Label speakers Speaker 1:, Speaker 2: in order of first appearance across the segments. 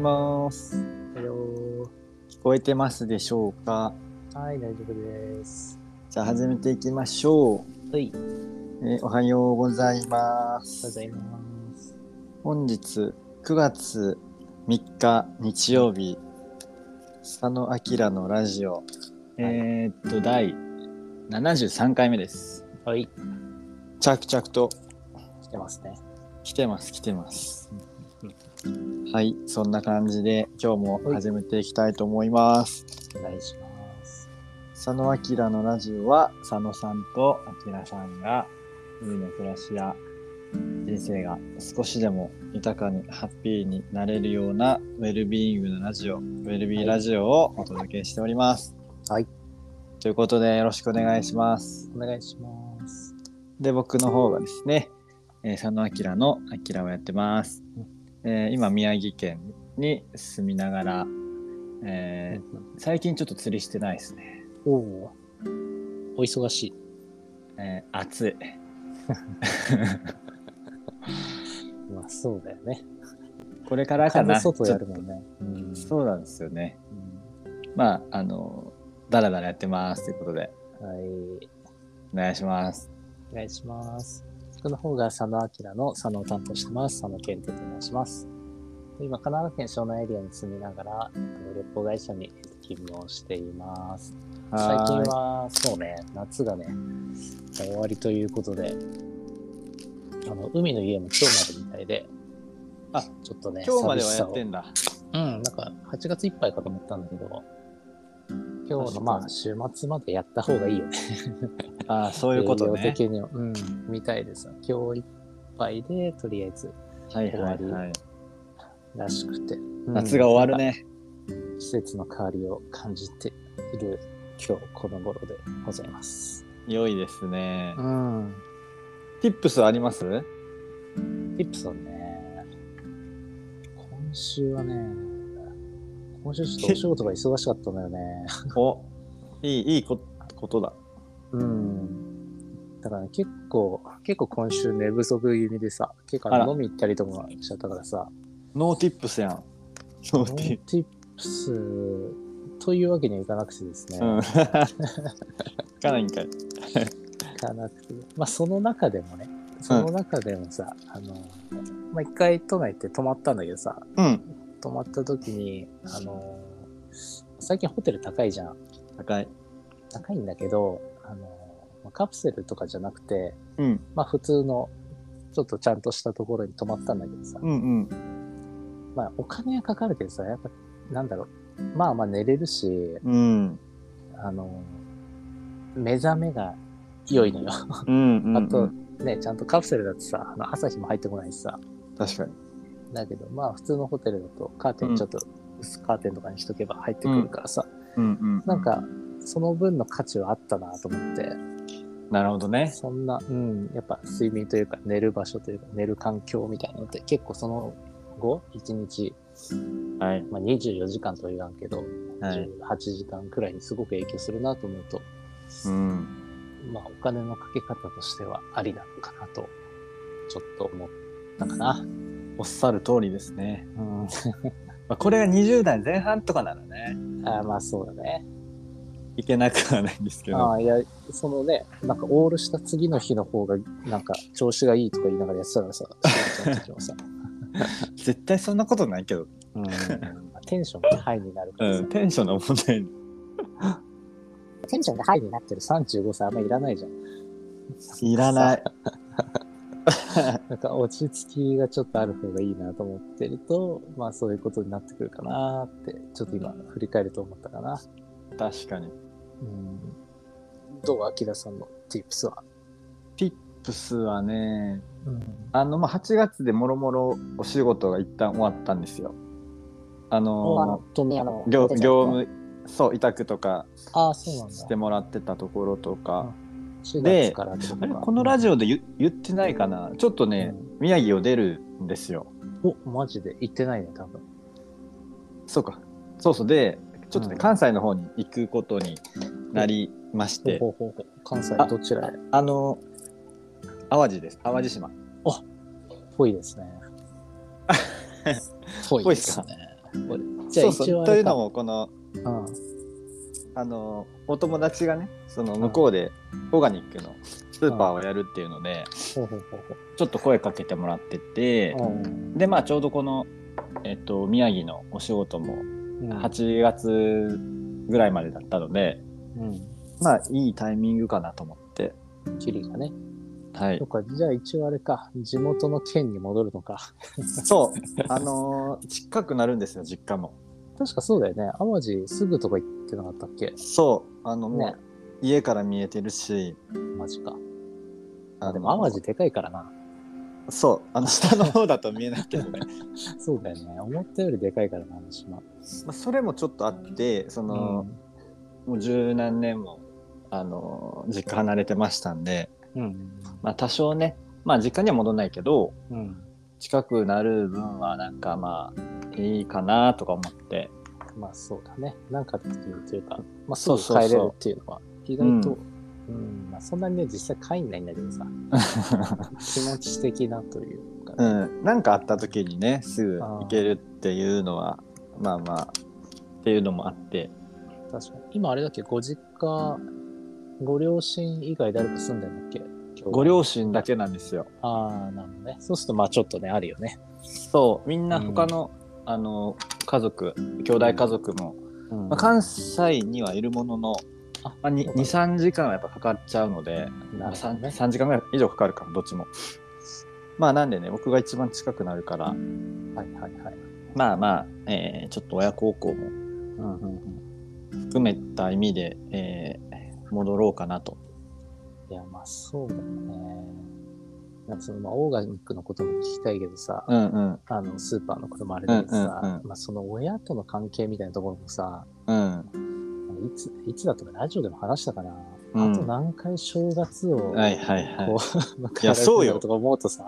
Speaker 1: ます。
Speaker 2: ハロ
Speaker 1: 聞こえてますでしょうか。
Speaker 2: ー。はい、大丈夫です。
Speaker 1: じゃあ始めていきましょ
Speaker 2: はい、ありがと
Speaker 1: う。えーおはようございま
Speaker 2: うご
Speaker 1: す。
Speaker 2: ざいます。
Speaker 1: 本日9月3日日曜日、佐野明のラジオ。えー、っと、第73回目です。
Speaker 2: はい、
Speaker 1: 着々と
Speaker 2: 来てますね。
Speaker 1: 来てます、来てます。はい、そんな感じで今日も始めていきたいと思います。
Speaker 2: お願いします。
Speaker 1: 佐野明のラジオは佐野さんと明さんが日々の暮らしや人生が少しでも豊かにハッピーになれるようなウェルビーイングのラジオウェルビーラジオをお届けしております。
Speaker 2: はい。
Speaker 1: ということでよろしくお願いします。
Speaker 2: お願いします。
Speaker 1: で、僕の方がですね、えー佐野明の明をやってます。えー今、宮城県に住みながら、えー最近ちょっと釣りしてないですね。
Speaker 2: おおー。お忙しい。
Speaker 1: えー暑い。
Speaker 2: まあ、そうだよね。
Speaker 1: これからかな。
Speaker 2: 完全外やる
Speaker 1: ちょ
Speaker 2: もんね。う
Speaker 1: っ
Speaker 2: ん
Speaker 1: とそうなんですよね。
Speaker 2: うん
Speaker 1: まあ、あの、だらだらやってますということで、
Speaker 2: はい、
Speaker 1: お願いします。
Speaker 2: お願いします。僕の方が佐野明の佐野を担当してます。佐野健太と申します。今、神奈川県湘南エリアに住みながら、えっと旅行会社にえっと勤務をしています。最近
Speaker 1: ーい
Speaker 2: はそうね夏がね終わりということであの海の家も今日までみたいで
Speaker 1: あ
Speaker 2: ちょっとね
Speaker 1: 今日まではやって
Speaker 2: ん
Speaker 1: んだ。
Speaker 2: うんなんか8月いっぱいかと思ったんだけど今日のまあ週末までやった方がいいよね
Speaker 1: ああ、そういうこと
Speaker 2: 栄養
Speaker 1: ね。
Speaker 2: 的にはうんみたいです今日いっぱいでとりあえず
Speaker 1: はいはいはい。
Speaker 2: らしくて、うん
Speaker 1: 夏が終わる
Speaker 2: なんか
Speaker 1: ね。
Speaker 2: 季節の変わりを感じている今日この頃でございます
Speaker 1: 良いですね。
Speaker 2: ん
Speaker 1: tips あります
Speaker 2: ティップスはね、今週はね、今週ちょっとお仕事が忙しかったんだよね。
Speaker 1: お、いい、いいこことだ。
Speaker 2: うん。だからね、結構、結構今週寝不足気味でさ、結構
Speaker 1: あ
Speaker 2: あ
Speaker 1: ら
Speaker 2: の飲み行ったりとかもしちゃったからさ、
Speaker 1: ノー tips やん。ノ
Speaker 2: ノ
Speaker 1: ー tips
Speaker 2: ンティップスというわけにはいかなくてですね、
Speaker 1: うん。
Speaker 2: い
Speaker 1: 聞かないん かい。
Speaker 2: かなくて、まあその中でもね、その中でもさ、あの、まあ一回都内行って泊まったんだけどさ、
Speaker 1: うん。
Speaker 2: 泊まった時に、あの、最近ホテル高いじゃん。
Speaker 1: 高い。
Speaker 2: 高いんだけど、あの、まあカプセルとかじゃなくて、
Speaker 1: うん。
Speaker 2: まあ普通の、ちょっとちゃんとしたところに泊まったんだけどさ、
Speaker 1: うん
Speaker 2: まあお金がかかるけどさ、やっぱ、なんだろう、まあまあ寝れるし、
Speaker 1: うん。うん。
Speaker 2: あの、目覚めが良いのよ。
Speaker 1: うんうん、
Speaker 2: あと、ね、ちゃんとカプセルだってさ、あの朝日も入ってこないしさ、
Speaker 1: 確かに。
Speaker 2: だけどまあ普通のホテルだとカーテンちょっと薄カーテンとかにしとけば入ってくるからさ、
Speaker 1: うんうん。
Speaker 2: なん。かその分の価値はあったなと思って、
Speaker 1: なるほどね。
Speaker 2: そんな、うん、やっぱ睡眠というか寝る場所というか寝る環境みたいなのって結構その後、1日、
Speaker 1: はい。
Speaker 2: まあ、24時間とは言わんけど、
Speaker 1: はい。
Speaker 2: 18時間くらいにすごく影響するなと思うと、
Speaker 1: うん。
Speaker 2: まあお金のかけ方としてはありなのかなと、ちょっと思ったかな。
Speaker 1: おっしゃる通りですね。
Speaker 2: うん。
Speaker 1: まあ、これが20代前半とかならね、
Speaker 2: あーまあそうだね。
Speaker 1: いけなくはないんですけ
Speaker 2: あ
Speaker 1: ど。
Speaker 2: あ、いや、そのね、なんかオールした次の日の方が、なんか調子がいいとか言いながらやってたか らさ、仕事の時もさ
Speaker 1: 絶対そんなことないけど。
Speaker 2: うんまあテンションがハイになるから
Speaker 1: う
Speaker 2: さ
Speaker 1: ん。。テンションの問題。
Speaker 2: テンションがハイになってる35歳あんまいらないじゃん。
Speaker 1: いらない。
Speaker 2: なんか落ち着きがちょっとある方がいいなと思ってると、まあそういうことになってくるかなって、ちょっと今振り返ると思ったかな。
Speaker 1: 確かに。
Speaker 2: うん。どうアキラさんの tips は。
Speaker 1: tips はね、
Speaker 2: うん。
Speaker 1: あの、まあ、8月でもろもろお仕事が一旦終わったんですよ。あの
Speaker 2: とね、
Speaker 1: ー、業業。務、そう、委託とか
Speaker 2: ああ、そうなん
Speaker 1: し
Speaker 2: だ
Speaker 1: て。もらってたところとか。
Speaker 2: 4
Speaker 1: で
Speaker 2: 月からってこと
Speaker 1: あれ
Speaker 2: か。
Speaker 1: このラ
Speaker 2: オ
Speaker 1: ジオで言言ってないかなちょっとね、宮城を出るんですよ。
Speaker 2: お、マジで行ってないね、多分。
Speaker 1: そうか。そうそう。で、ちょっとね、
Speaker 2: うん
Speaker 1: 関西の方に行くことになりまして、
Speaker 2: ほうほうほう関西
Speaker 1: あ
Speaker 2: どちらへ
Speaker 1: あの、淡路です。淡路島。
Speaker 2: ぽいですね。ぽいですね。これじゃあ
Speaker 1: そう
Speaker 2: 一
Speaker 1: そ
Speaker 2: 応
Speaker 1: う。
Speaker 2: あ
Speaker 1: とい
Speaker 2: れ
Speaker 1: うの
Speaker 2: か。
Speaker 1: も、この、
Speaker 2: うん
Speaker 1: あの、お友達がね、その向こうでオーガニックのスーパーをやるっていうので、
Speaker 2: ほうほうほうほ
Speaker 1: ちょっと声かけてもらってて、
Speaker 2: ううん
Speaker 1: で、まあ、ちょうどこの、えっと、宮城のお仕事も
Speaker 2: うん
Speaker 1: 8月ぐらいまでだったので、
Speaker 2: うん
Speaker 1: まあ、いいタイミングかなと思って、
Speaker 2: キリがね。
Speaker 1: はい
Speaker 2: そ。うか、じゃあ一応あれか、地元の県に戻るのか。
Speaker 1: そう、あのー近くなるんですよ、実家も。
Speaker 2: 確かそうだよね。淡路すぐとか行ってなかったっけ
Speaker 1: そう、あの、もう、
Speaker 2: ね
Speaker 1: 家から見えてるし、
Speaker 2: マジか。
Speaker 1: あ
Speaker 2: あ、で
Speaker 1: の
Speaker 2: も淡路でかいからな。
Speaker 1: そう、あの、下の方だと見え ないけどね。
Speaker 2: そうだよね。思ったよりでかいからな、あの島。
Speaker 1: まあ、それもちょっとあって、その、もう十何年も、あのー実家離れてましたんで、
Speaker 2: うん。
Speaker 1: まあ、多少ね、まあ、実家には戻んないけど、
Speaker 2: うん。
Speaker 1: 近くなる分はなんかまあいいかなとか思って
Speaker 2: まあそうだね。なんかっていうというか、まあす
Speaker 1: そう
Speaker 2: ぐ
Speaker 1: そうそう
Speaker 2: 帰れるっていうのは、意外と、うん、まあそんなにね、実際帰んないんだけ どさ、気持ち的なというか、
Speaker 1: うんなんかあった時にねすぐ行けるっていうのはまあまあっていうのもあって
Speaker 2: 確かに。今あれだっけ、ご実家、ご両親以外誰か住んでるんだっけ今日
Speaker 1: ご両親だけなんですよ
Speaker 2: ああ、なるほどね。そうすると、まあちょっとね、あるよね。
Speaker 1: そうみんな他の、あの家族兄弟家族も、
Speaker 2: うん
Speaker 1: まあ、関西にはいるものの、
Speaker 2: あ
Speaker 1: まあ、
Speaker 2: そうか
Speaker 1: 23時間はやっぱかかっちゃうので、ま
Speaker 2: な
Speaker 1: あ、
Speaker 2: るほど
Speaker 1: 3,
Speaker 2: ね。
Speaker 1: 3時間ぐらい以上かかるからどっちもまあなんでね僕が一番近くなるから
Speaker 2: はいはいはい。
Speaker 1: まあまあ、えーちょっと親孝行も
Speaker 2: うんうんうん。
Speaker 1: 含めた意味で、えー戻ろうかなと。
Speaker 2: いや、まあそうだよね。なんかその、まあオーガニックのことも聞きたいけどさ、
Speaker 1: うんうん
Speaker 2: あの、スーパーのこともあれだけどさ、
Speaker 1: うんうんうん
Speaker 2: まあその親との関係みたいなところもさ、
Speaker 1: うん。
Speaker 2: いつ、いつだったかラジオでも話したかな。
Speaker 1: うん
Speaker 2: あと何回正月を、
Speaker 1: はいはいはい
Speaker 2: こ。う、迎
Speaker 1: い
Speaker 2: え
Speaker 1: やそうよ
Speaker 2: とか思うとさ、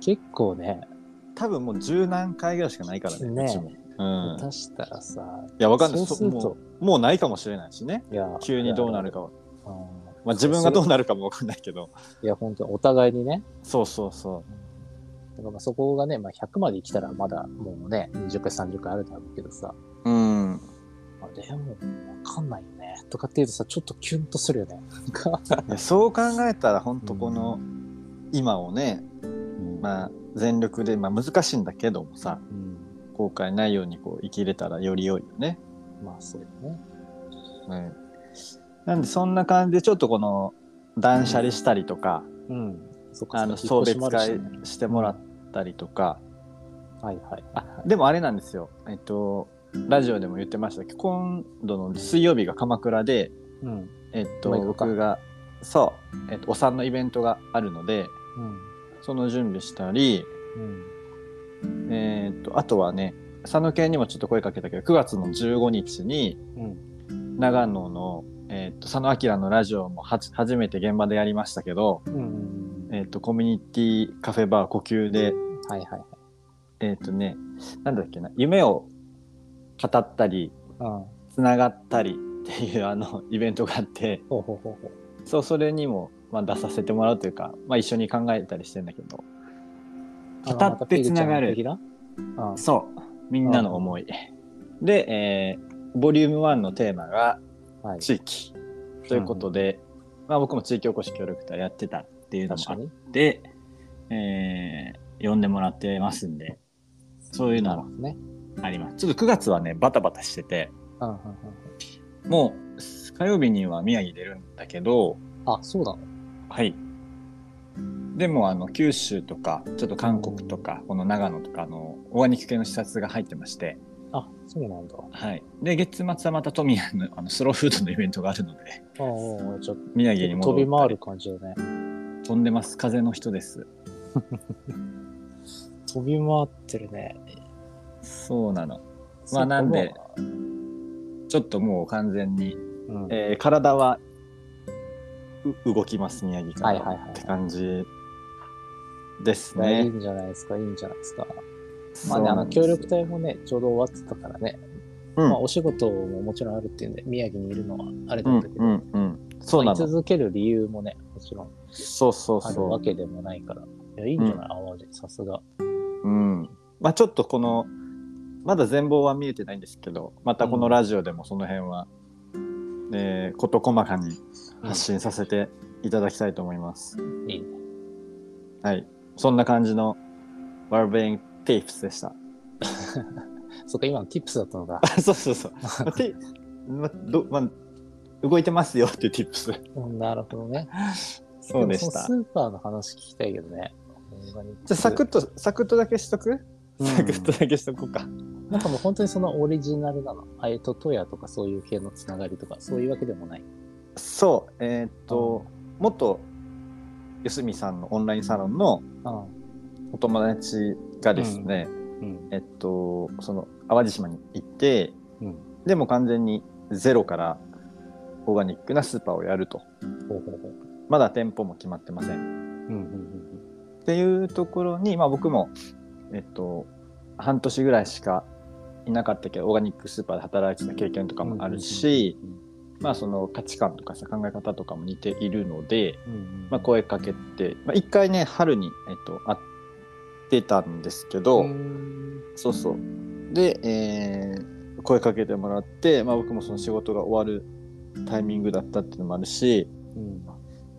Speaker 2: 結構ね、
Speaker 1: 多分もう十何回ぐらいしかないからね。
Speaker 2: ね
Speaker 1: うちもうん。
Speaker 2: 下手したらさ、
Speaker 1: いやわかんない
Speaker 2: そうする
Speaker 1: そ
Speaker 2: と
Speaker 1: も、もうないかもしれないしね。
Speaker 2: いや、
Speaker 1: 急にどうなるかは。
Speaker 2: うん。
Speaker 1: まあ自分がどうなるかもわかんないけど。
Speaker 2: いや、本当にお互いにね、
Speaker 1: そうそうそ
Speaker 2: だからまあそこがね、まあ、100まで来たらまだもうね、20回、30回あるだろうけどさ、
Speaker 1: う。うん。
Speaker 2: あでも分かんないよねとかっていうとさ、ちょっとキュンとするよね。なんか
Speaker 1: いやそう考えたら本当この今をね、まあ全力で、まあ難しいんだけどもさ、
Speaker 2: うん、
Speaker 1: 後悔ないようにこう生きれたらより良いよね。
Speaker 2: まあそうだね。
Speaker 1: はい、なんでそんな感じでちょっとこの断捨離したりとか、
Speaker 2: うん。そっ
Speaker 1: あの送別会
Speaker 2: ね
Speaker 1: してもらったりとか、
Speaker 2: はいはい。
Speaker 1: あでもあれなんですよえっとラジオでも言ってましたけど今度の水曜日が鎌倉で、
Speaker 2: うん。
Speaker 1: えっと、
Speaker 2: まあ行こうか
Speaker 1: 僕がそう、えっと、お産のイベントがあるので
Speaker 2: うん。
Speaker 1: その準備したり、
Speaker 2: うん。
Speaker 1: えっとあとはね佐野県にもちょっと声かけたけど9月の15日に
Speaker 2: うん。
Speaker 1: 長野の、えっと佐野明のラジオもはじ初めて現場でやりましたけど、
Speaker 2: うん。
Speaker 1: えっとコミュニティカフェバー呼吸で、
Speaker 2: はいはいはい。
Speaker 1: えっとねなんだっけな夢を語ったり
Speaker 2: うん。
Speaker 1: つながったりっていうあのイベントがあって
Speaker 2: ほうほうほうほう。
Speaker 1: そうそれにも、まあ、出させてもらうというか、まあ、一緒に考えたりしてんだけど
Speaker 2: あの
Speaker 1: 語ってつながる
Speaker 2: またピグちゃん的なうん。
Speaker 1: そうみんなの思いで、えーボリューム1のテーマが
Speaker 2: はい。
Speaker 1: 地域ということで、まあ、僕も地域おこし協力隊やってたっていうのも
Speaker 2: 確
Speaker 1: あ
Speaker 2: か
Speaker 1: っ
Speaker 2: に。
Speaker 1: て、えー呼んでもらってますんでそういうの
Speaker 2: なる
Speaker 1: も
Speaker 2: ほどね。
Speaker 1: あります。ちょっと9月はね、バタバタしてて、
Speaker 2: うんうん
Speaker 1: もう火曜日には宮城出るんだけど、
Speaker 2: うん。あ、そうなの
Speaker 1: はい。でも、あの、九州とか、ちょっと韓国とか、この長野とか、あの、オーガニック系の視察が入ってまして、
Speaker 2: あ、そうなんだ。
Speaker 1: はい。で、月末はまた富谷のあ のスローフードのイベントがあるので、
Speaker 2: ああ、ちょっと
Speaker 1: 宮城に戻
Speaker 2: 飛び回
Speaker 1: る。
Speaker 2: る感じだね。
Speaker 1: 飛んでます。風の人です。
Speaker 2: 飛び回ってるね。
Speaker 1: そうなの。
Speaker 2: そうか
Speaker 1: なんで
Speaker 2: まあ
Speaker 1: ちょっともう完全に、
Speaker 2: うん
Speaker 1: えー体は、う動きます、宮城か
Speaker 2: はいはい
Speaker 1: ら。
Speaker 2: はい
Speaker 1: って感じです
Speaker 2: いやいい
Speaker 1: ね。
Speaker 2: んじゃないですか、いいんじゃないですか。
Speaker 1: そ
Speaker 2: まあ
Speaker 1: う
Speaker 2: ね、あ
Speaker 1: な
Speaker 2: の
Speaker 1: んです
Speaker 2: 協力隊もね、ちょうど終わってたからね、
Speaker 1: うん
Speaker 2: まあお仕事ももちろんあるっていうんで、宮城にいるのはあれだ
Speaker 1: うん
Speaker 2: っ
Speaker 1: う
Speaker 2: たけど、
Speaker 1: んうん。そうな
Speaker 2: まあ居
Speaker 1: の。
Speaker 2: 続ける理由もね、もちろん
Speaker 1: そうそう
Speaker 2: ある
Speaker 1: そ
Speaker 2: わけでもないから、いやいいんじゃない、淡路、さすが。
Speaker 1: う。うん。まあちょっとこのまだ全貌は見えてないんですけど、またこのラジオでもその辺は、えー事細かに発信させていただきたいと思います。
Speaker 2: いいね。
Speaker 1: はい。そんな感じの Wellbeing Tips でした。
Speaker 2: そっか、今 の tips だったのが。
Speaker 1: あそうそうそう。まあてまどまあ動いてますよっていう Tips。
Speaker 2: うんなるほどね。
Speaker 1: そうでし
Speaker 2: も
Speaker 1: た
Speaker 2: そ。のスーパーの話聞きたいけどね。
Speaker 1: じゃあサクッと、サクッとだけしとく、
Speaker 2: うん
Speaker 1: サクッとだけしとこうか。
Speaker 2: なんかもう本当にそのオリジナルなの。あえっと、トヤとかそういう系のつながりとか、そういうわけでもない。
Speaker 1: そう、えーっと、元、よすみさんのオンラインサロンの
Speaker 2: あ
Speaker 1: お友達がですね、
Speaker 2: うん。
Speaker 1: えっと、その、淡路島に行って、
Speaker 2: うん。
Speaker 1: でも完全にゼロからオーガニックなスーパーをやると。
Speaker 2: ほうほうほう。
Speaker 1: まだ店舗も決まってません。
Speaker 2: うんうんうん
Speaker 1: っていうところに、まあ僕も、えっと、半年ぐらいしかいなかったけど、オーガニックスーパーで働いてた経験とかもあるし、まあその価値観とかさ考え方とかも似ているので、
Speaker 2: うん。うんうん
Speaker 1: まあ、声かけて、まあ、一回ね春に、えっと、会ってたんですけど、
Speaker 2: うん
Speaker 1: そうそうで、えー声かけてもらって、まあ、僕もその仕事が終わるタイミングだったっていうのもあるし、
Speaker 2: うん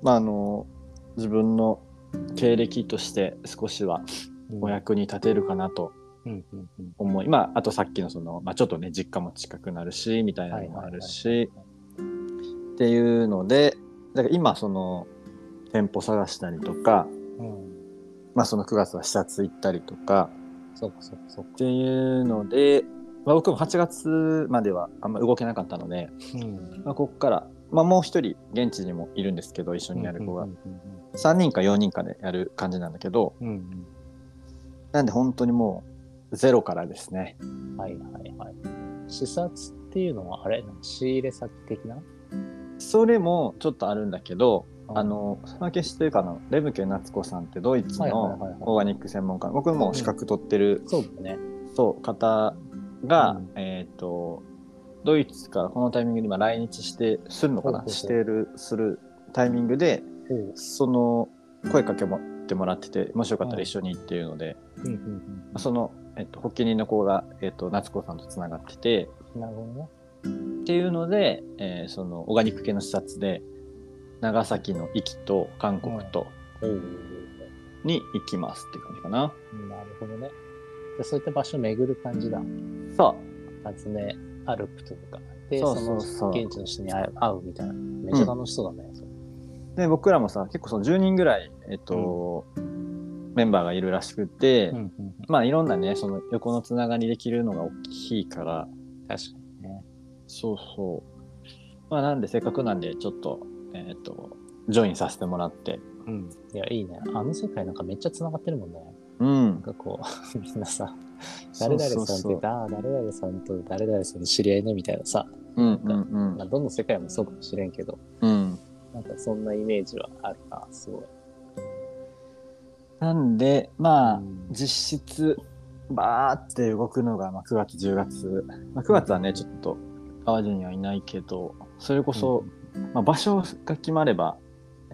Speaker 1: まあ、あの自分の経歴として少しは
Speaker 2: うん
Speaker 1: お役に立てるかなと
Speaker 2: うんうんうん
Speaker 1: 思い、まあ、あとさっきのその、まあ、ちょっとね実家も近くなるしみたいなのもあるし、
Speaker 2: はいはい
Speaker 1: っていうのでだから今その店舗探したりとか、
Speaker 2: はいうん
Speaker 1: まあ、その9月は視察行ったりとか
Speaker 2: そうかそうかそうか
Speaker 1: っていうので、まあ、僕も8月まではあんま動けなかったので、
Speaker 2: うん
Speaker 1: まあ、ここから、まあ、もう一人現地にもいるんですけど一緒にやる子が、
Speaker 2: うん
Speaker 1: 3人か4人かでやる感じなんだけど
Speaker 2: うんうん
Speaker 1: なんで本当にもうゼロからですね
Speaker 2: うんはいはいはい視察っていうのはあれ仕入れ先的な
Speaker 1: それもちょっとあるんだけど、
Speaker 2: うん
Speaker 1: あのサーケシというかあのレムケ夏子さんってドイツ
Speaker 2: はいはいは
Speaker 1: の
Speaker 2: いはい
Speaker 1: オーガニック専門家、僕も資格取ってる
Speaker 2: そうだね
Speaker 1: そう方が、
Speaker 2: うん
Speaker 1: えっ、とドイツからこのタイミングで今来日してするのかな、
Speaker 2: ほうほうほう
Speaker 1: してるするタイミングで
Speaker 2: うん
Speaker 1: その声かけもってもらっててもしよかったら一緒にっていうので、
Speaker 2: うんうん
Speaker 1: その、えっと発起人の子が、えっと夏子さんとつながってて
Speaker 2: うんなるほどね
Speaker 1: っていうので、えーそのオーガニック系の視察で長崎の壱岐と韓国と
Speaker 2: おう
Speaker 1: に行きますっていう感じかな。
Speaker 2: なるほどねでそういった場所を巡る感じだ
Speaker 1: そ
Speaker 2: 訪ね歩くというかで
Speaker 1: そ
Speaker 2: そう
Speaker 1: そうそう
Speaker 2: の現地の人に会う会うみたいなめっちゃ楽しそうだね、そう
Speaker 1: うで僕らもさ結構その10人ぐらい、えっとメンバーがいるらしくて。
Speaker 2: うんうんうん
Speaker 1: まあいろんなねその横のつながりできるのが大きいから
Speaker 2: 確かにね
Speaker 1: そうそうまあなんでせっかくなんでちょっとえっ、とジョインさせてもらって
Speaker 2: うんいやいいねあの世界なんかめっちゃつながってるもんね
Speaker 1: う
Speaker 2: なん
Speaker 1: ん
Speaker 2: かこう みんなさ誰々さん
Speaker 1: そうそうそ
Speaker 2: と
Speaker 1: う
Speaker 2: だ誰々さんと誰々さんの知り合いねみたいなさ、
Speaker 1: うんうん
Speaker 2: まあ、どの世界もそうかもしれんけど
Speaker 1: うんうん
Speaker 2: なんかそんなイメージはあるなすごい、
Speaker 1: なんでまあ
Speaker 2: うん
Speaker 1: 実質バーって動くのが、まあ、9月10月、まあ、9月はねちょっと淡路にはいないけどそれこそ、まあ、場所が決まれば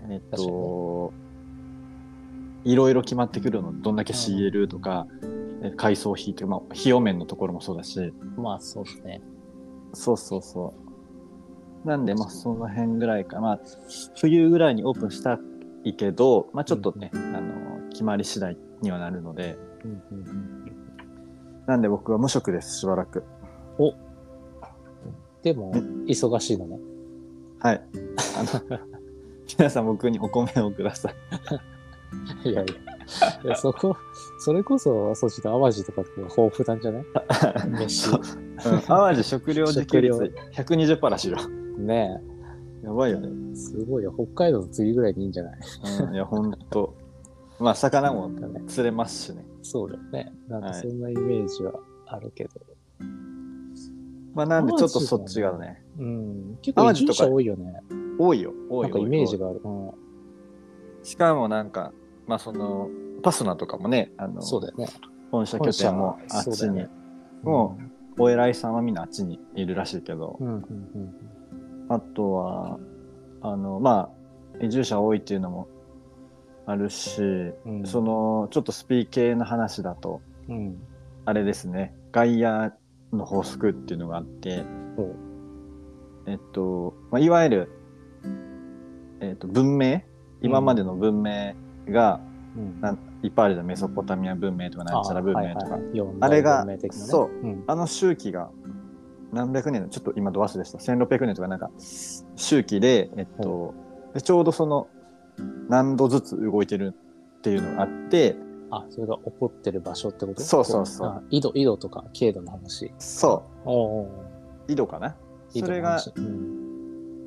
Speaker 1: えっ、
Speaker 2: 確か
Speaker 1: といろいろ決まってくるのどんだけ仕入れるとか、え改装費というか、まあ、費用面のところもそうだし
Speaker 2: まあそうですね
Speaker 1: そうそうそうなんでまあその辺ぐらいかまあ冬ぐらいにオープンしたいけど、まあ、ちょっとね、あの決まり次第にはなるので
Speaker 2: うんうんうん
Speaker 1: なんで僕は無職ですしばらく
Speaker 2: でも
Speaker 1: え
Speaker 2: 忙しいのね
Speaker 1: はいあの 皆さん僕にお米をください
Speaker 2: いやいや いやそこそれこそそっちの淡路とかって豊富なんじゃない 飯
Speaker 1: そううん淡路食料自給率120パーらしいよ
Speaker 2: ね
Speaker 1: やばいよね
Speaker 2: えすごいよ北海道の次ぐらいにいいんじゃない
Speaker 1: うん、いや、ほんと。まあ、魚も
Speaker 2: なんかね
Speaker 1: 釣れますしね。
Speaker 2: そうだよねなんか
Speaker 1: はい
Speaker 2: そんなイメージはあるけど、
Speaker 1: まあ、なんでちょっとそっちがね、
Speaker 2: うん結構移住者多いよね
Speaker 1: 多いよ、多
Speaker 2: ないん
Speaker 1: よ。
Speaker 2: かイメージ
Speaker 1: が。
Speaker 2: がある、うん、
Speaker 1: しかもなんか、まあ、その、パスナとかもね、あの、
Speaker 2: そうだよね
Speaker 1: 本社拠点も
Speaker 2: 本社
Speaker 1: あっ
Speaker 2: そうだ
Speaker 1: ち
Speaker 2: よ
Speaker 1: に、
Speaker 2: ね
Speaker 1: もお偉いさんはみんなあっちにいるらしいけど、
Speaker 2: うんうんうん
Speaker 1: あとは、あの、まあ、移住者多いっていうのもあるし、
Speaker 2: うんうん
Speaker 1: その、ちょっとスピー系の話だと、
Speaker 2: うん
Speaker 1: あれですね、ガイアの法則っていうのがあって
Speaker 2: ほう、
Speaker 1: えっと、まあ、いわゆる、えっと、文明今までの文明が、
Speaker 2: うん
Speaker 1: なんいっぱいあるじゃんメソポタミア文明とかなんちゃら文明とか、
Speaker 2: はいはい四
Speaker 1: あれ
Speaker 2: 大
Speaker 1: が
Speaker 2: 文明的なね
Speaker 1: そう
Speaker 2: うん
Speaker 1: あの周期が何百年ちょっと今ド忘れした1600年とかなんか周期で,、えっとでちょうどその何度ずつ動いてるっていうのがあって
Speaker 2: あそれが起こってる場所ってこと
Speaker 1: そうそうそう
Speaker 2: あ緯度緯度とか経度の話
Speaker 1: そ
Speaker 2: おうおうおう
Speaker 1: う井戸かな
Speaker 2: 緯
Speaker 1: そ
Speaker 2: 度
Speaker 1: れ
Speaker 2: の
Speaker 1: が
Speaker 2: 話、うん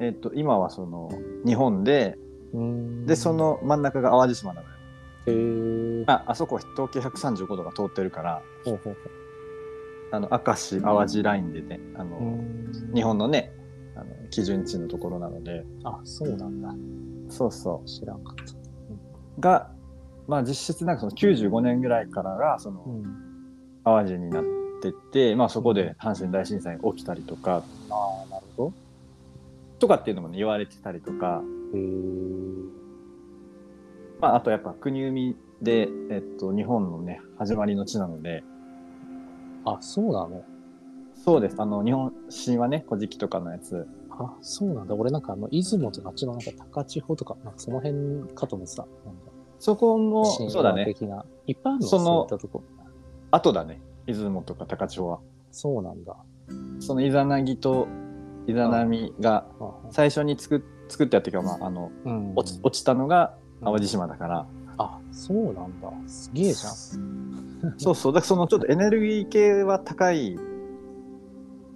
Speaker 1: えっと、今はその日本で
Speaker 2: うん
Speaker 1: でその真ん中が淡路島なのよ
Speaker 2: へー
Speaker 1: ああそこ東経135度が通ってるから
Speaker 2: ほうほう
Speaker 1: あの明石淡路ラインでねあの、
Speaker 2: ほううん
Speaker 1: 日本のねあの基準値のところなので
Speaker 2: あそうなんだ
Speaker 1: そうそう
Speaker 2: 知らんかった
Speaker 1: が、まあ、実質なんかその95年ぐらいからがその
Speaker 2: ん
Speaker 1: 淡路になってって、まあ、そこで阪神大震災が起きたりとか
Speaker 2: ああなるほど
Speaker 1: とかっていうのも、ね、言われてたりとか、
Speaker 2: へー
Speaker 1: まあ、あとやっぱ国海で、えっと、日本のね始まりの地なので
Speaker 2: あそうなの
Speaker 1: そうですあの日本神話ね「古事記」とかのやつ
Speaker 2: あそうなんだ俺なんかあの出雲とかあっちのなんか高千穂とかなんかその辺かと思ってたなんか
Speaker 1: そこも
Speaker 2: 神
Speaker 1: そうだ
Speaker 2: 話
Speaker 1: ね
Speaker 2: 的な、いっぱいあるの
Speaker 1: そ
Speaker 2: そ
Speaker 1: の
Speaker 2: ういったとこ
Speaker 1: 後だね出雲とか高千穂は
Speaker 2: そうなんだ
Speaker 1: そのイザナギとイザナミが
Speaker 2: ああ
Speaker 1: 最初に作っ作ったっていうか、まあ、あの
Speaker 2: うん
Speaker 1: 落ち落ちたのが淡路島だから。
Speaker 2: あそうなんだすげえじゃん
Speaker 1: そうそう、だからそのちょっとエネルギー系は高いよ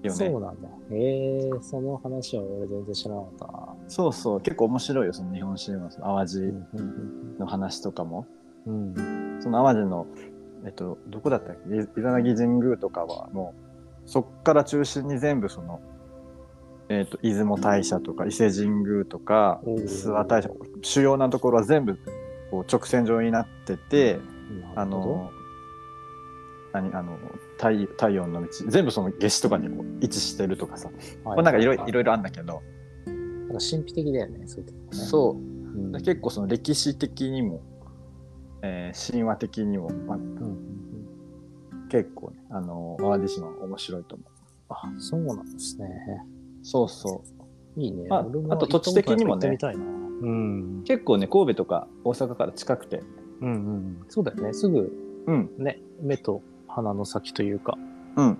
Speaker 1: ね。そ
Speaker 2: そううなんだへえその話は俺全然知らなかったな
Speaker 1: そう結構面白いよ、その日本神話、その淡
Speaker 2: う
Speaker 1: 路
Speaker 2: んうん
Speaker 1: の話とかも。
Speaker 2: うんうん
Speaker 1: その淡路の、えっと、どこだったっけ、い伊沢木神宮とかは、もう、そっから中心に全部その、えっと、出雲大社とか伊勢神宮とか
Speaker 2: おー
Speaker 1: 諏訪大社主要なところは全部こう直線上になっててあ
Speaker 2: なるほ
Speaker 1: の何あの太太陽の道全部その夏至とかにこう位置してるとかさ
Speaker 2: どは
Speaker 1: これなんかいろい
Speaker 2: は
Speaker 1: ろいろいろあるんだけど、
Speaker 2: なんか神秘的だよねそういうとこね
Speaker 1: そうう、
Speaker 2: ん、
Speaker 1: 結構その歴史的にも、えー神話的にも、まあ、
Speaker 2: うんうんうん
Speaker 1: 結構ね、あの、淡路島は面白いと思う。
Speaker 2: あそうなんですね
Speaker 1: そうそ
Speaker 2: いいね、
Speaker 1: まあ
Speaker 2: 俺も
Speaker 1: あと土地的にもね
Speaker 2: 行ったことないから行ってみたいなうん
Speaker 1: う。結構ね、神戸とか大阪から近くて、
Speaker 2: うんうんそうだよねすぐ
Speaker 1: うん、
Speaker 2: ね目と鼻の先というか
Speaker 1: うん。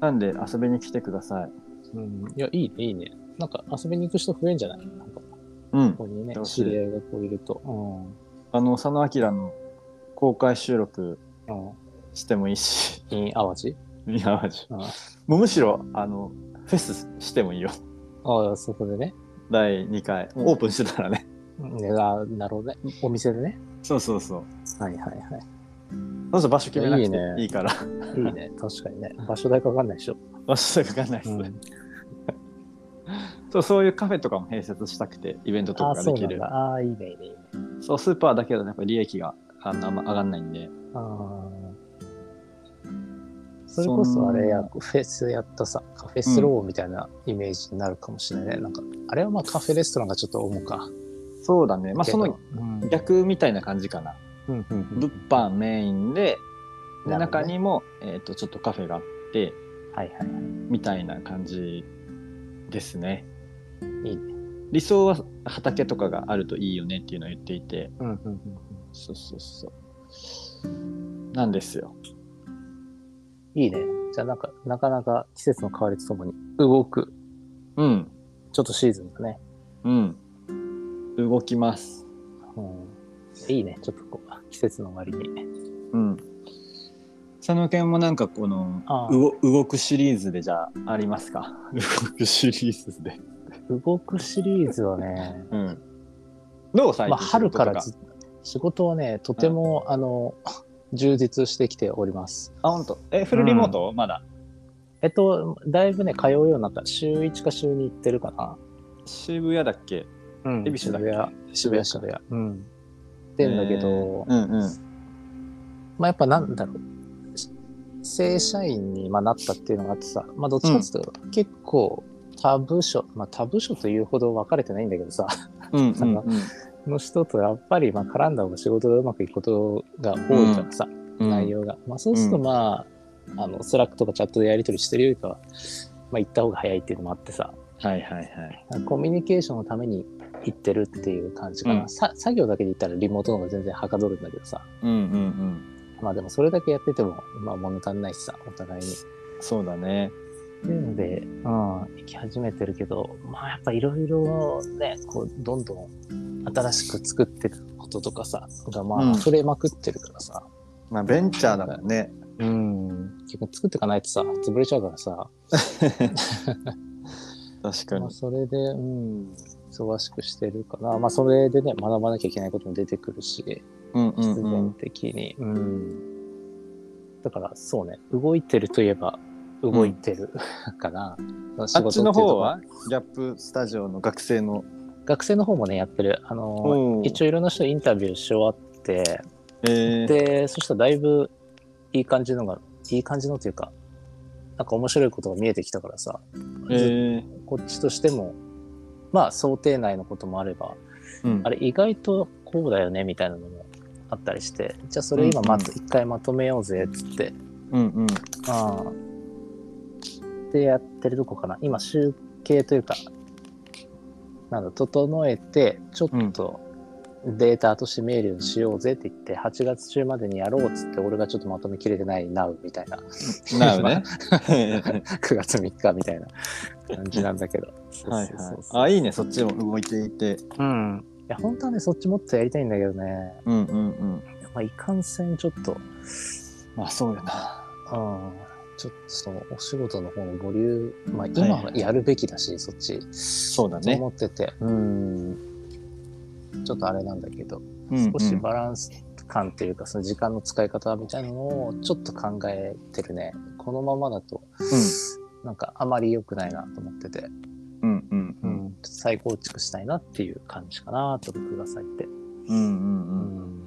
Speaker 1: なんで遊びに来てください。
Speaker 2: うん、いや、いいね、いいね。なんか遊びに行く人増えんじゃないなんか、
Speaker 1: うん
Speaker 2: こ。こにね
Speaker 1: 楽、しい
Speaker 2: 知り合いがこういると。う
Speaker 1: あの、佐野明の公開収録
Speaker 2: ん。うん。
Speaker 1: してもいいし、
Speaker 2: イン淡路
Speaker 1: 宮淡路。
Speaker 2: うん。あ
Speaker 1: もうむしろ、あの、フェスしてもいいよ。
Speaker 2: あ、そこでね。
Speaker 1: 第2回。オープンしてたらね。
Speaker 2: ねあなるほどね。お店でね。
Speaker 1: そうそうそう。
Speaker 2: はいはい
Speaker 1: そうそう、場所決めなく
Speaker 2: いいね
Speaker 1: ていいから。
Speaker 2: はい。いいね。確かにね。場所代かかんないでしょ。
Speaker 1: 場所かかんない です、
Speaker 2: うん
Speaker 1: そうそういうカフェとかも併設したくてイベントと
Speaker 2: あ
Speaker 1: かが
Speaker 2: あ、そ
Speaker 1: でき
Speaker 2: うなん
Speaker 1: る
Speaker 2: だ。ああ、いいね、いいね、いいね。
Speaker 1: そうスーパーだけどやっぱ利益があのあんま上がんないんで
Speaker 2: ああ。それこそあれや、
Speaker 1: ん
Speaker 2: フェスやったさ、カフェスローみたいなイメージになるかもしれないね。なんか、あれはまあカフェレストランがちょっと重か。
Speaker 1: そうだねまあその
Speaker 2: うん、
Speaker 1: 逆みたいな感じかな、
Speaker 2: うんうんうん
Speaker 1: 物販メインでで
Speaker 2: なるほどね
Speaker 1: 中にも、えっとちょっとカフェがあって
Speaker 2: はいはいはい。
Speaker 1: みたいな感じですね
Speaker 2: いい
Speaker 1: 理想は畑とかがあるといいよねっていうのを言っていて
Speaker 2: うんうんうんうん。
Speaker 1: そうそうそうなんですよ
Speaker 2: いいね。じゃあなんか、なかなか季節の変わりとともに動く、
Speaker 1: うん
Speaker 2: ちょっとシーズンがね。
Speaker 1: うん動きます
Speaker 2: うん、いいね。ちょっとこう、季節の終わりに。
Speaker 1: うん。佐野健もなんかこの
Speaker 2: ああ
Speaker 1: うご動くシリーズでじゃあありますか動くシリーズで。
Speaker 2: 動くシリーズはね、
Speaker 1: うん。どう最
Speaker 2: ま
Speaker 1: 近
Speaker 2: あ春から
Speaker 1: 仕
Speaker 2: ずっと、仕事はね、とても、あの、充実してきております。
Speaker 1: 事とかあ、本当。え、フルリモート、まだ。
Speaker 2: えっと、だいぶね、通うようになった。週1か週2行ってるかな。
Speaker 1: 渋谷だっけ
Speaker 2: うん
Speaker 1: 恵比寿だっけ
Speaker 2: 渋谷、渋谷、渋谷。うん。行ってんだけど、
Speaker 1: えーうんうん。
Speaker 2: まあやっぱなんだろう、し正社員にまあなったっていうのがあってさ、まあどっちかっていうと結構他部署、まあ他部署というほど分かれてないんだけどさ、
Speaker 1: うん
Speaker 2: そのの人とやっぱりまあ絡んだ方が仕事がうまくいくことが多いからさ、
Speaker 1: うん、
Speaker 2: 内容が。まあそうするとまあ、あの、スラックとかチャットでやり取りしてるよりかは、まあ、行った方が早いっていうのもあってさ、
Speaker 1: はいはいはい。
Speaker 2: コミュニケーションのために行ってるっていう感じかな。
Speaker 1: うん
Speaker 2: さ作業だけで行ったらリモートの方が全然はかどるんだけどさ。
Speaker 1: うんうんうん。
Speaker 2: まあでもそれだけやってても、まあ物足んないしさ、お互いに。
Speaker 1: そうだね。
Speaker 2: っていうので、うん、行き始めてるけど、まあやっぱいろいろね、こう、どんどん新しく作っていくこととかさ、がま
Speaker 1: うん
Speaker 2: あ溢れまくってるからさ、
Speaker 1: まあ、ベンチャーだもんね。
Speaker 2: うん、結局作っていかないとさ、潰れちゃうからさ、
Speaker 1: 確か
Speaker 2: まあ
Speaker 1: に。
Speaker 2: それで、うん、忙しくしてるから、まあそれでね、学ばなきゃいけないことも出てくるし、
Speaker 1: うんう
Speaker 2: 必
Speaker 1: んう
Speaker 2: 然
Speaker 1: ん。
Speaker 2: 的に。うん。だから、そうね、動いてるといえば、動いてる、かな。
Speaker 1: あ
Speaker 2: 仕事
Speaker 1: っ
Speaker 2: って
Speaker 1: ち
Speaker 2: いう
Speaker 1: の
Speaker 2: とこ
Speaker 1: 方はギャップスタジオの学生の。
Speaker 2: 学生の方もね、やってる。あの、
Speaker 1: おう
Speaker 2: 一応いろんな人インタビューし終わって、
Speaker 1: えー、
Speaker 2: で、そしたらだいぶいい感じのが、いい感じのというか、なんか面白いことが見えてきたからさ、
Speaker 1: えー、
Speaker 2: こっちとしても、まあ想定内のこともあれば、
Speaker 1: うん
Speaker 2: あれ意外とこうだよねみたいなのもあったりして、じゃあそれ今まず一回まとめようぜっつって、
Speaker 1: うんうん。
Speaker 2: ああ。でやってるとこかな。今、集計というか、なんだ、整えて、ちょっとデータとして見えるようにしようぜって言って、8月中までにやろうっつって、俺がちょっとまとめきれてないなうみたいな、
Speaker 1: なるね。
Speaker 2: 9月3日みたいな感じなんだけど。そう
Speaker 1: はい
Speaker 2: そうそうそう
Speaker 1: はい。あ、いいね。そっちも動いていて。
Speaker 2: うん。いや、本当はね、そっちもっとやりたいんだけどね。
Speaker 1: うんうんうん。
Speaker 2: まあ、いかんせんちょっと、
Speaker 1: まあ、そうよな。
Speaker 2: うんちょっとそのお仕事の方のボリューム、まあ、
Speaker 1: い
Speaker 2: 今はやるべきだし、そっち。
Speaker 1: そうだね
Speaker 2: と思ってて、うん。ちょっとあれなんだけど、
Speaker 1: うんうん
Speaker 2: 少しバランス感というか、その時間の使い方みたいなのをちょっと考えてるね。このままだと、なんかあまり良くないなと思ってて、
Speaker 1: うんうんう
Speaker 2: うんんちょっと再構築したいなっていう感じかなと、僕が最低。
Speaker 1: うんうんうん
Speaker 2: ん。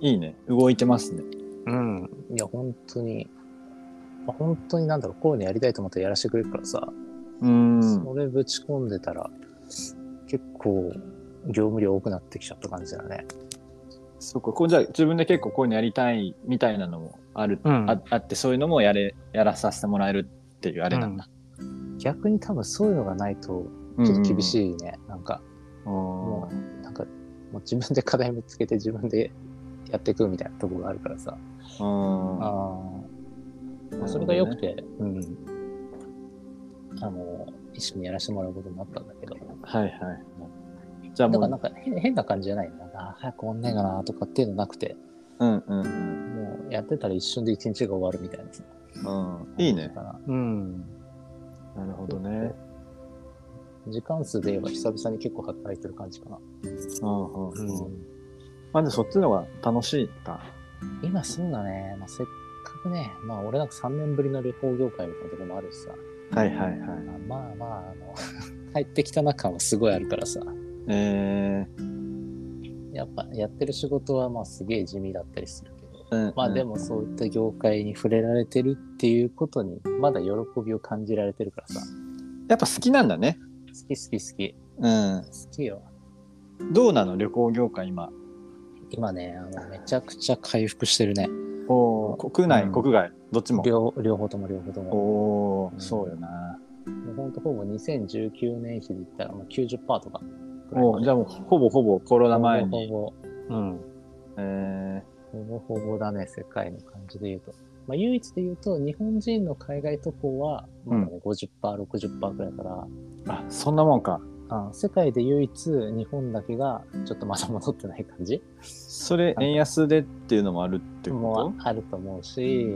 Speaker 1: いいね動いてますね
Speaker 2: うん。いや、本当に、まあ本当になんだろう、こういうのやりたいと思ったらやらせてくれるからさ、
Speaker 1: うん
Speaker 2: それぶち込んでたら、結構、業務量多くなってきちゃった感じだね。
Speaker 1: そここうじゃあ自分で結構こういうのやりたいみたいなのもある、
Speaker 2: うん
Speaker 1: ああってそういうのもやれやらさせてもらえるっていうあれなんだ、
Speaker 2: 逆に多分そういうのがないと、
Speaker 1: うん
Speaker 2: ち
Speaker 1: う
Speaker 2: ょっ
Speaker 1: ん
Speaker 2: と厳しいね。なんか、
Speaker 1: お
Speaker 2: もう、なんか、もう自分で課題見つけて自分で やっていくみたいなところがあるからさ。
Speaker 1: ーうん
Speaker 2: あ
Speaker 1: あ
Speaker 2: ーまあそれが良くて、うん。あの、一緒にやらせてもらうことになったんだけど。
Speaker 1: はいはいじゃあ
Speaker 2: だか
Speaker 1: も
Speaker 2: らなん
Speaker 1: う
Speaker 2: か変変な感じじゃないのなんかあー早く終わんねえかなとかっていうのなくて、
Speaker 1: うんうんうん
Speaker 2: もうやってたら一瞬で一日が終わるみたいなさ。
Speaker 1: うんいいね
Speaker 2: うん。
Speaker 1: なるほどね
Speaker 2: 時間数で言えば久々に結構働いてる感じかな。
Speaker 1: うんうんうんまあでそっちの方が楽しいか
Speaker 2: 今そうだね、まあ、せっかくね、まあ俺なんか3年ぶりの旅行業界みたいなところもあるしさ、
Speaker 1: はいはいはい
Speaker 2: まあまあ、あの、 帰ってきた中はすごいあるからさ、
Speaker 1: え
Speaker 2: やっぱやってる仕事はまあすげえ地味だったりするけど、
Speaker 1: ーうん
Speaker 2: まあで
Speaker 1: も
Speaker 2: もそういった業界に触れられてるっていうことに、まだ喜びを感じられてるからさ、
Speaker 1: やっぱ好きなんだね
Speaker 2: 好き好き好き、
Speaker 1: うん
Speaker 2: 好きよ。
Speaker 1: どうなの旅行業界今
Speaker 2: 今ね、あのめちゃくちゃ回復してるね。
Speaker 1: おー国内、
Speaker 2: うん
Speaker 1: 国外どっちも
Speaker 2: 両両方とも両方とも。
Speaker 1: おー
Speaker 2: うん
Speaker 1: そうよな
Speaker 2: もうほんとほぼ2019年比で言ったらもう90%とかぐらいま
Speaker 1: お
Speaker 2: で。
Speaker 1: ーじゃあもうほぼほぼコロナ前
Speaker 2: ほぼ
Speaker 1: に
Speaker 2: ほぼ、うん。
Speaker 1: え
Speaker 2: ほぼほぼだね、世界の感じで言うと。まあ、唯一で言うと、日本人の海外渡航は、まだね、50%、60%くらいから、
Speaker 1: ー、あそんなもんか
Speaker 2: あ世界で唯一日本だけがちょっとまだ戻ってない感じ
Speaker 1: それ円安でっていうのもあるってこ
Speaker 2: もあると思うし、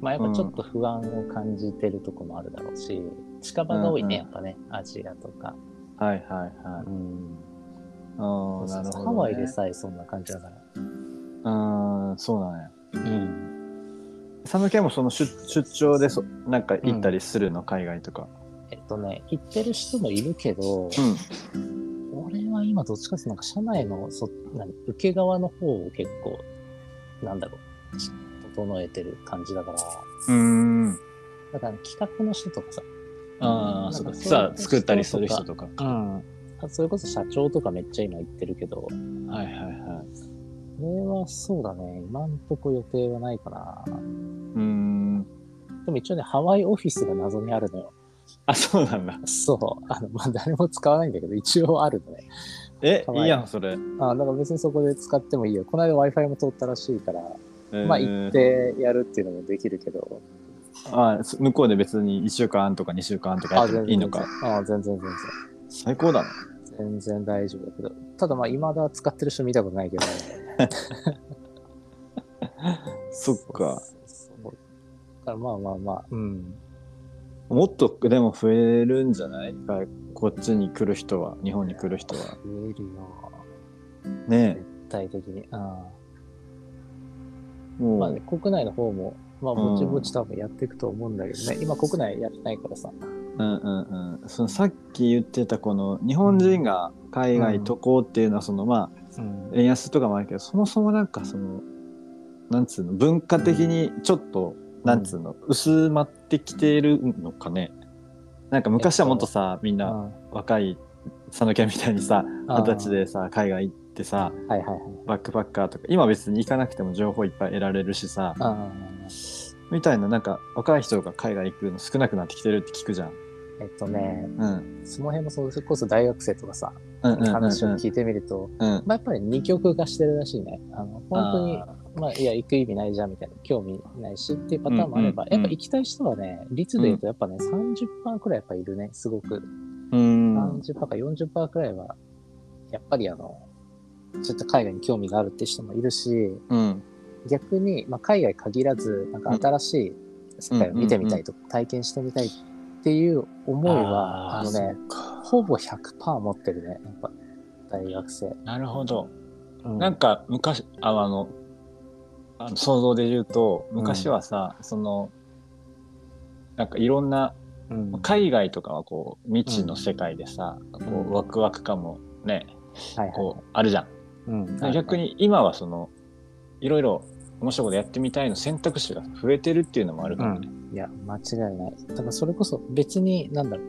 Speaker 2: まあ、やっぱちょっと不安を感じてるとこもあるだろうし、近場が多いね、
Speaker 1: うん
Speaker 2: やっぱね、アジアとか。
Speaker 1: とはいはいはい
Speaker 2: うん。
Speaker 1: あ
Speaker 2: そう
Speaker 1: ー
Speaker 2: そ
Speaker 1: な
Speaker 2: う
Speaker 1: るほど、ね、
Speaker 2: ハワイでさえそんな感じだから。
Speaker 1: うんそうだね
Speaker 2: うん。
Speaker 1: 佐野家もその出出張でそなんか行ったりするの、海外とか
Speaker 2: えっとね、行ってる人もいるけど、
Speaker 1: うん
Speaker 2: 俺は今どっちかっていうとなんか社内のそ何受け側の方を結構、なんだろう、整えてる感じだから、
Speaker 1: うん
Speaker 2: だから、企画の人とかさ、
Speaker 1: あ
Speaker 2: な
Speaker 1: あ
Speaker 2: んか
Speaker 1: そうか
Speaker 2: そういう
Speaker 1: さあ作ったりする人とか
Speaker 2: あそれこそ社長とかめっちゃ今行ってるけど、
Speaker 1: はいはいはい
Speaker 2: れはそうだね。今んとこ予定はないかな。
Speaker 1: うん。
Speaker 2: でも一応ね、ハワイオフィスが謎にあるのよ。
Speaker 1: あ、そうなん だ。
Speaker 2: そう。あの、まあ、誰も使わないんだけど、一応あるのね。
Speaker 1: え
Speaker 2: か、わいい
Speaker 1: いいやん、それ。
Speaker 2: あだから別にそこで使ってもいいよ。この間 Wi-Fi も通ったらしいから、まあ
Speaker 1: えー
Speaker 2: 行っ。てやるっていうのもできるけど、
Speaker 1: あ、そ向こうで別に1週間とか2週間とかや
Speaker 2: あ
Speaker 1: ってもいいのか。。
Speaker 2: あ全然全然。
Speaker 1: 最高だね。
Speaker 2: 全然大丈夫だけど、ただまあ、未だ使ってる人見たことないけど。
Speaker 1: そっか。
Speaker 2: そうだからまあまあまあ、うん。
Speaker 1: もっとでも増えるんじゃないがこっちに来る人は、日本に来る人は。
Speaker 2: 増えるよ、
Speaker 1: ね
Speaker 2: 絶対的に。あ
Speaker 1: え、もう、
Speaker 2: まあね、国内の方も、まあ、ぼちぼち多分やっていくと思うんだけどね、今国内やってないからさ。
Speaker 1: うんうんうん。そのさっき言ってたこの日本人が海外渡航っていうのは、そのまあ、
Speaker 2: うん
Speaker 1: 円安とかもあるけど、そもそもなんかその、なんつうの、文化的にちょっと、なんつうの、薄まってきてるのかね。なんか昔はもっとさ、みんな若い佐野家みたいにさ、二十歳。でさ、海外行ってさ、
Speaker 2: うんはいはいはい。
Speaker 1: バックパッカーとか、今別に行かなくても情報いっぱい得られるしさ、
Speaker 2: あ
Speaker 1: みたいな、なんか若い人が海外行くの少なくなってきてるって聞くじゃん。
Speaker 2: えっとね、
Speaker 1: うん。
Speaker 2: その辺もそうそれこそ大学生とかさ、
Speaker 1: うんうんうん、うん。
Speaker 2: 話を聞いてみると、
Speaker 1: うん。
Speaker 2: まあ、やっぱり二極化してるらしいね。あの本当にまあ、いや、行く意味ないじゃんみたいな、興味ないしっていうパターンもあれば、
Speaker 1: うんうんうん
Speaker 2: やっぱ行きたい人はね、率で言うとやっぱね、30%くらいやっぱいるね、すごく。
Speaker 1: うん。
Speaker 2: 30%か40%くらいは、やっぱりあの、ちょっと海外に興味があるって人もいるし、
Speaker 1: うん。
Speaker 2: 逆に、まあ、海外限らず、なんか新しい世界を見てみたいとか、体験してみたいっていう思いは、あ
Speaker 1: あー
Speaker 2: のね、ほぼ100%持ってるね、やっぱ、大学生。
Speaker 1: なるほど。
Speaker 2: うん
Speaker 1: なんか昔、ああの、あの想像で言うと、昔はさ、その、なんかいろんな、
Speaker 2: うん
Speaker 1: 海外とかはこう、未知の世界でさ、こうワクワク感もね、
Speaker 2: はいはい
Speaker 1: こう、あるじゃん。
Speaker 2: うん
Speaker 1: で逆に今はその、いろいろ面白いことやってみたいの選択肢が増えてるっていうのもあるからね。
Speaker 2: いや、間違いない。だからそれこそ別に、なんだろう、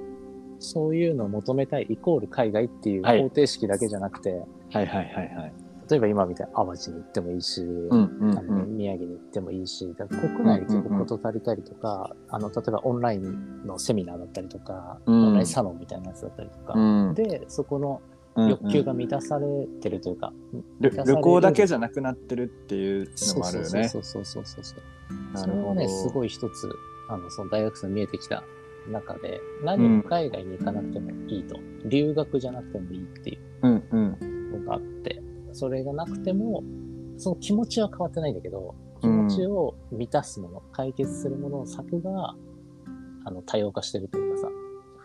Speaker 2: そういうのを求めたいイコール海外っていう
Speaker 1: はい
Speaker 2: 方程式だけじゃなくて、
Speaker 1: はいはいはいはい。
Speaker 2: 例えば今みたいに淡路に行ってもいいし、
Speaker 1: うんうん
Speaker 2: あの宮城に行ってもいいし、だから国内で結構事足りたりとか、あの、例えばオンラインのセミナーだったりとか、
Speaker 1: うん
Speaker 2: オンラインサロンみたいなやつだったりとか、
Speaker 1: うん。
Speaker 2: で、そこの
Speaker 1: うん、
Speaker 2: 欲求が満たされてるというか、
Speaker 1: 旅
Speaker 2: 満たされる
Speaker 1: 旅行だけじゃなくなってるっていうの
Speaker 2: そう
Speaker 1: もある
Speaker 2: そう
Speaker 1: よね
Speaker 2: そうそ。うそうそうそう。
Speaker 1: な
Speaker 2: そ
Speaker 1: る
Speaker 2: れ
Speaker 1: ほ
Speaker 2: は
Speaker 1: ど
Speaker 2: ね、すごい一つ、あの、その大学生の見えてきた中で、何も海外に行かなくてもいいと、留学じゃなくてもいいってい
Speaker 1: うんうん。
Speaker 2: うのがあって、それがなくても、その気持ちは変わってないんだけど、気持ちを満たすもの、解決するものの策が、あの、多様化してるというかさ、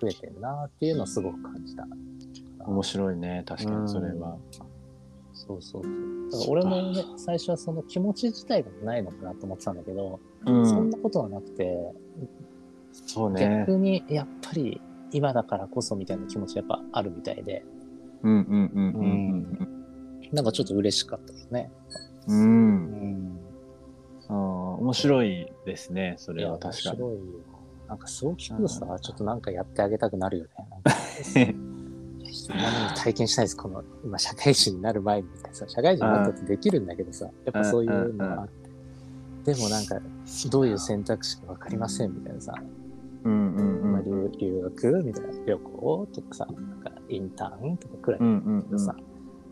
Speaker 2: 増えてるなっていうのをすごく感じた。
Speaker 1: 面白いね確かにそれは。
Speaker 2: そうそうそう。だから俺もね、最初はその気持ち自体がないのかなと思ってたんだけど、
Speaker 1: うん
Speaker 2: そんなことはなくて、
Speaker 1: そうね。
Speaker 2: 逆にやっぱり今だからこそみたいな気持ちやっぱあるみたいで、
Speaker 1: うんうんうんうん
Speaker 2: なんかちょっと嬉しかったですね。
Speaker 1: うんうん。うん
Speaker 2: ん。
Speaker 1: あー面白いですねそ
Speaker 2: い
Speaker 1: れ
Speaker 2: や、
Speaker 1: は
Speaker 2: 面
Speaker 1: 確
Speaker 2: 白
Speaker 1: か
Speaker 2: いよ。なんかそう聞くとさ、ちょっとなんかやってあげたくなるよね。なんか
Speaker 1: に。
Speaker 2: いや今の体験したいです。この、今社会人になる前にさ、社会人になったってできるんだけどさ、やっぱそういうのがあって。でもなんか、どういう選択肢かわかりませんみたいなさ、
Speaker 1: うんうんう
Speaker 2: まあ
Speaker 1: ん。
Speaker 2: 留留学みたいな、旅行とかさ、なんかインターンとかくらい
Speaker 1: うんうん
Speaker 2: けどさ、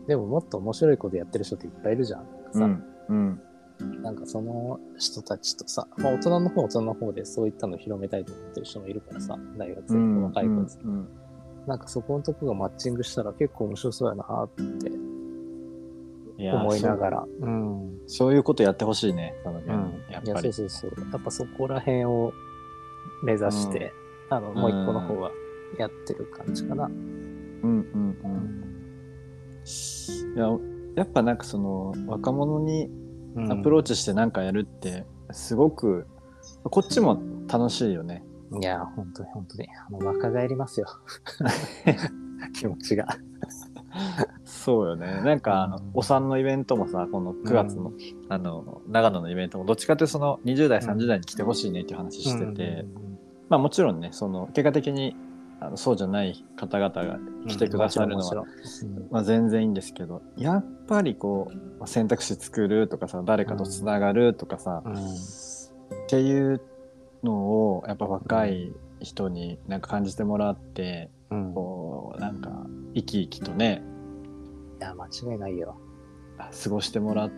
Speaker 2: でももっと面白いことやってる人っていっぱいいるじゃん。
Speaker 1: う
Speaker 2: さ、
Speaker 1: んうん
Speaker 2: なんかその人たちとさ、まあ、大人の方は大人の方でそういったのを広めたいと思ってる人もいるからさ、大学生
Speaker 1: う
Speaker 2: と
Speaker 1: ん
Speaker 2: か若い子たち、
Speaker 1: うん
Speaker 2: なんかそこのとこがマッチングしたら結構面白そうやなって
Speaker 1: うんいや
Speaker 2: 思いな
Speaker 1: ら
Speaker 2: がら。うん。
Speaker 1: そうそういうことやってほしいねそのねや
Speaker 2: い
Speaker 1: っ
Speaker 2: や、
Speaker 1: ぱ
Speaker 2: そう
Speaker 1: り。
Speaker 2: そうそう。やっぱそこら辺を目指して、あの、もう一個の方はやってる感じかな。
Speaker 1: うんうんうん。いややっぱなんかその若者に
Speaker 2: うん
Speaker 1: アプローチしてなんかやるってすごくこっちも楽しいよね。
Speaker 2: いや、本当に本当に。あの、若返 りますよ。気持ちが。
Speaker 1: そうよね。なんか、あの
Speaker 2: うん、
Speaker 1: お産のイベントもさ、この9月の、あの、長野のイベントも、どっちかというとその20代、
Speaker 2: うん
Speaker 1: 30代に来てほしいねっていう話してて、
Speaker 2: うん
Speaker 1: まあもちろんね、その、結果的にあのそうじゃない方々が来てくださるのは、
Speaker 2: もちろんもちろん
Speaker 1: まあ、全然いいんですけどやっぱりこうまあ選択肢作るとかさ誰かとつながるとかさ、
Speaker 2: うん
Speaker 1: っていうのをやっぱ若い人になんか感じてもらって
Speaker 2: うんうん
Speaker 1: こうなんか生き生きとね
Speaker 2: いや間違いないよ
Speaker 1: 過ごしてもらっ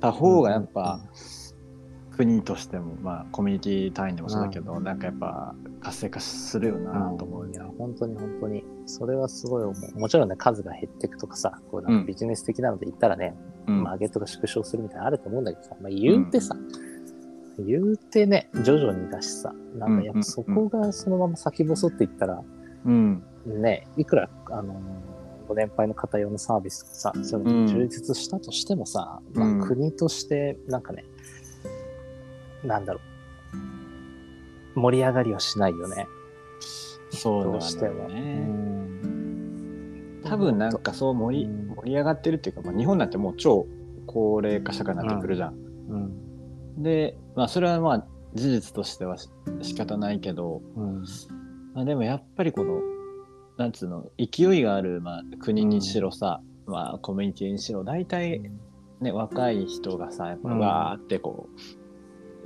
Speaker 1: た方がやっぱ国としても、まあ、コミュニティ単位でもそうだけど、なんかやっぱ活性化するよなと思う
Speaker 2: いや
Speaker 1: よ、
Speaker 2: 本当に本当にそれはすごい思うもちろんね数が減っていくとかさこうな
Speaker 1: う
Speaker 2: んか
Speaker 1: ん
Speaker 2: ビジネス的なので言ったらね、
Speaker 1: うん
Speaker 2: まあ上げとか縮小するみたいなのあると思うんだけどさ、まあ、言うてさ、言うてね徐々にだしさなんかやっぱそこがそのまま先細っていったら
Speaker 1: うん
Speaker 2: ねいくらあのご年配の方用のサービスとかさそういうのが充実したとしてもさ、
Speaker 1: うん
Speaker 2: まあ、国としてなんかねなんだろう盛り上がりはしないよね
Speaker 1: そう
Speaker 2: ど
Speaker 1: なん
Speaker 2: うし
Speaker 1: だ
Speaker 2: て
Speaker 1: よ
Speaker 2: も。
Speaker 1: ね、多分なんかそう盛り
Speaker 2: うん
Speaker 1: 盛り上がってるっていうか、まあ、日本なんてもう超高齢化社会になってくるじゃん。
Speaker 2: うん、
Speaker 1: で、まあ、それはまあ事実としてはし仕方ないけど、
Speaker 2: うん、
Speaker 1: まあ、でもやっぱりこのなんつうの勢いがある、まあ、国にしろさ、まあ、コミュニティにしろ大体ね、若い人がさやっぱ
Speaker 2: うん
Speaker 1: わーってこ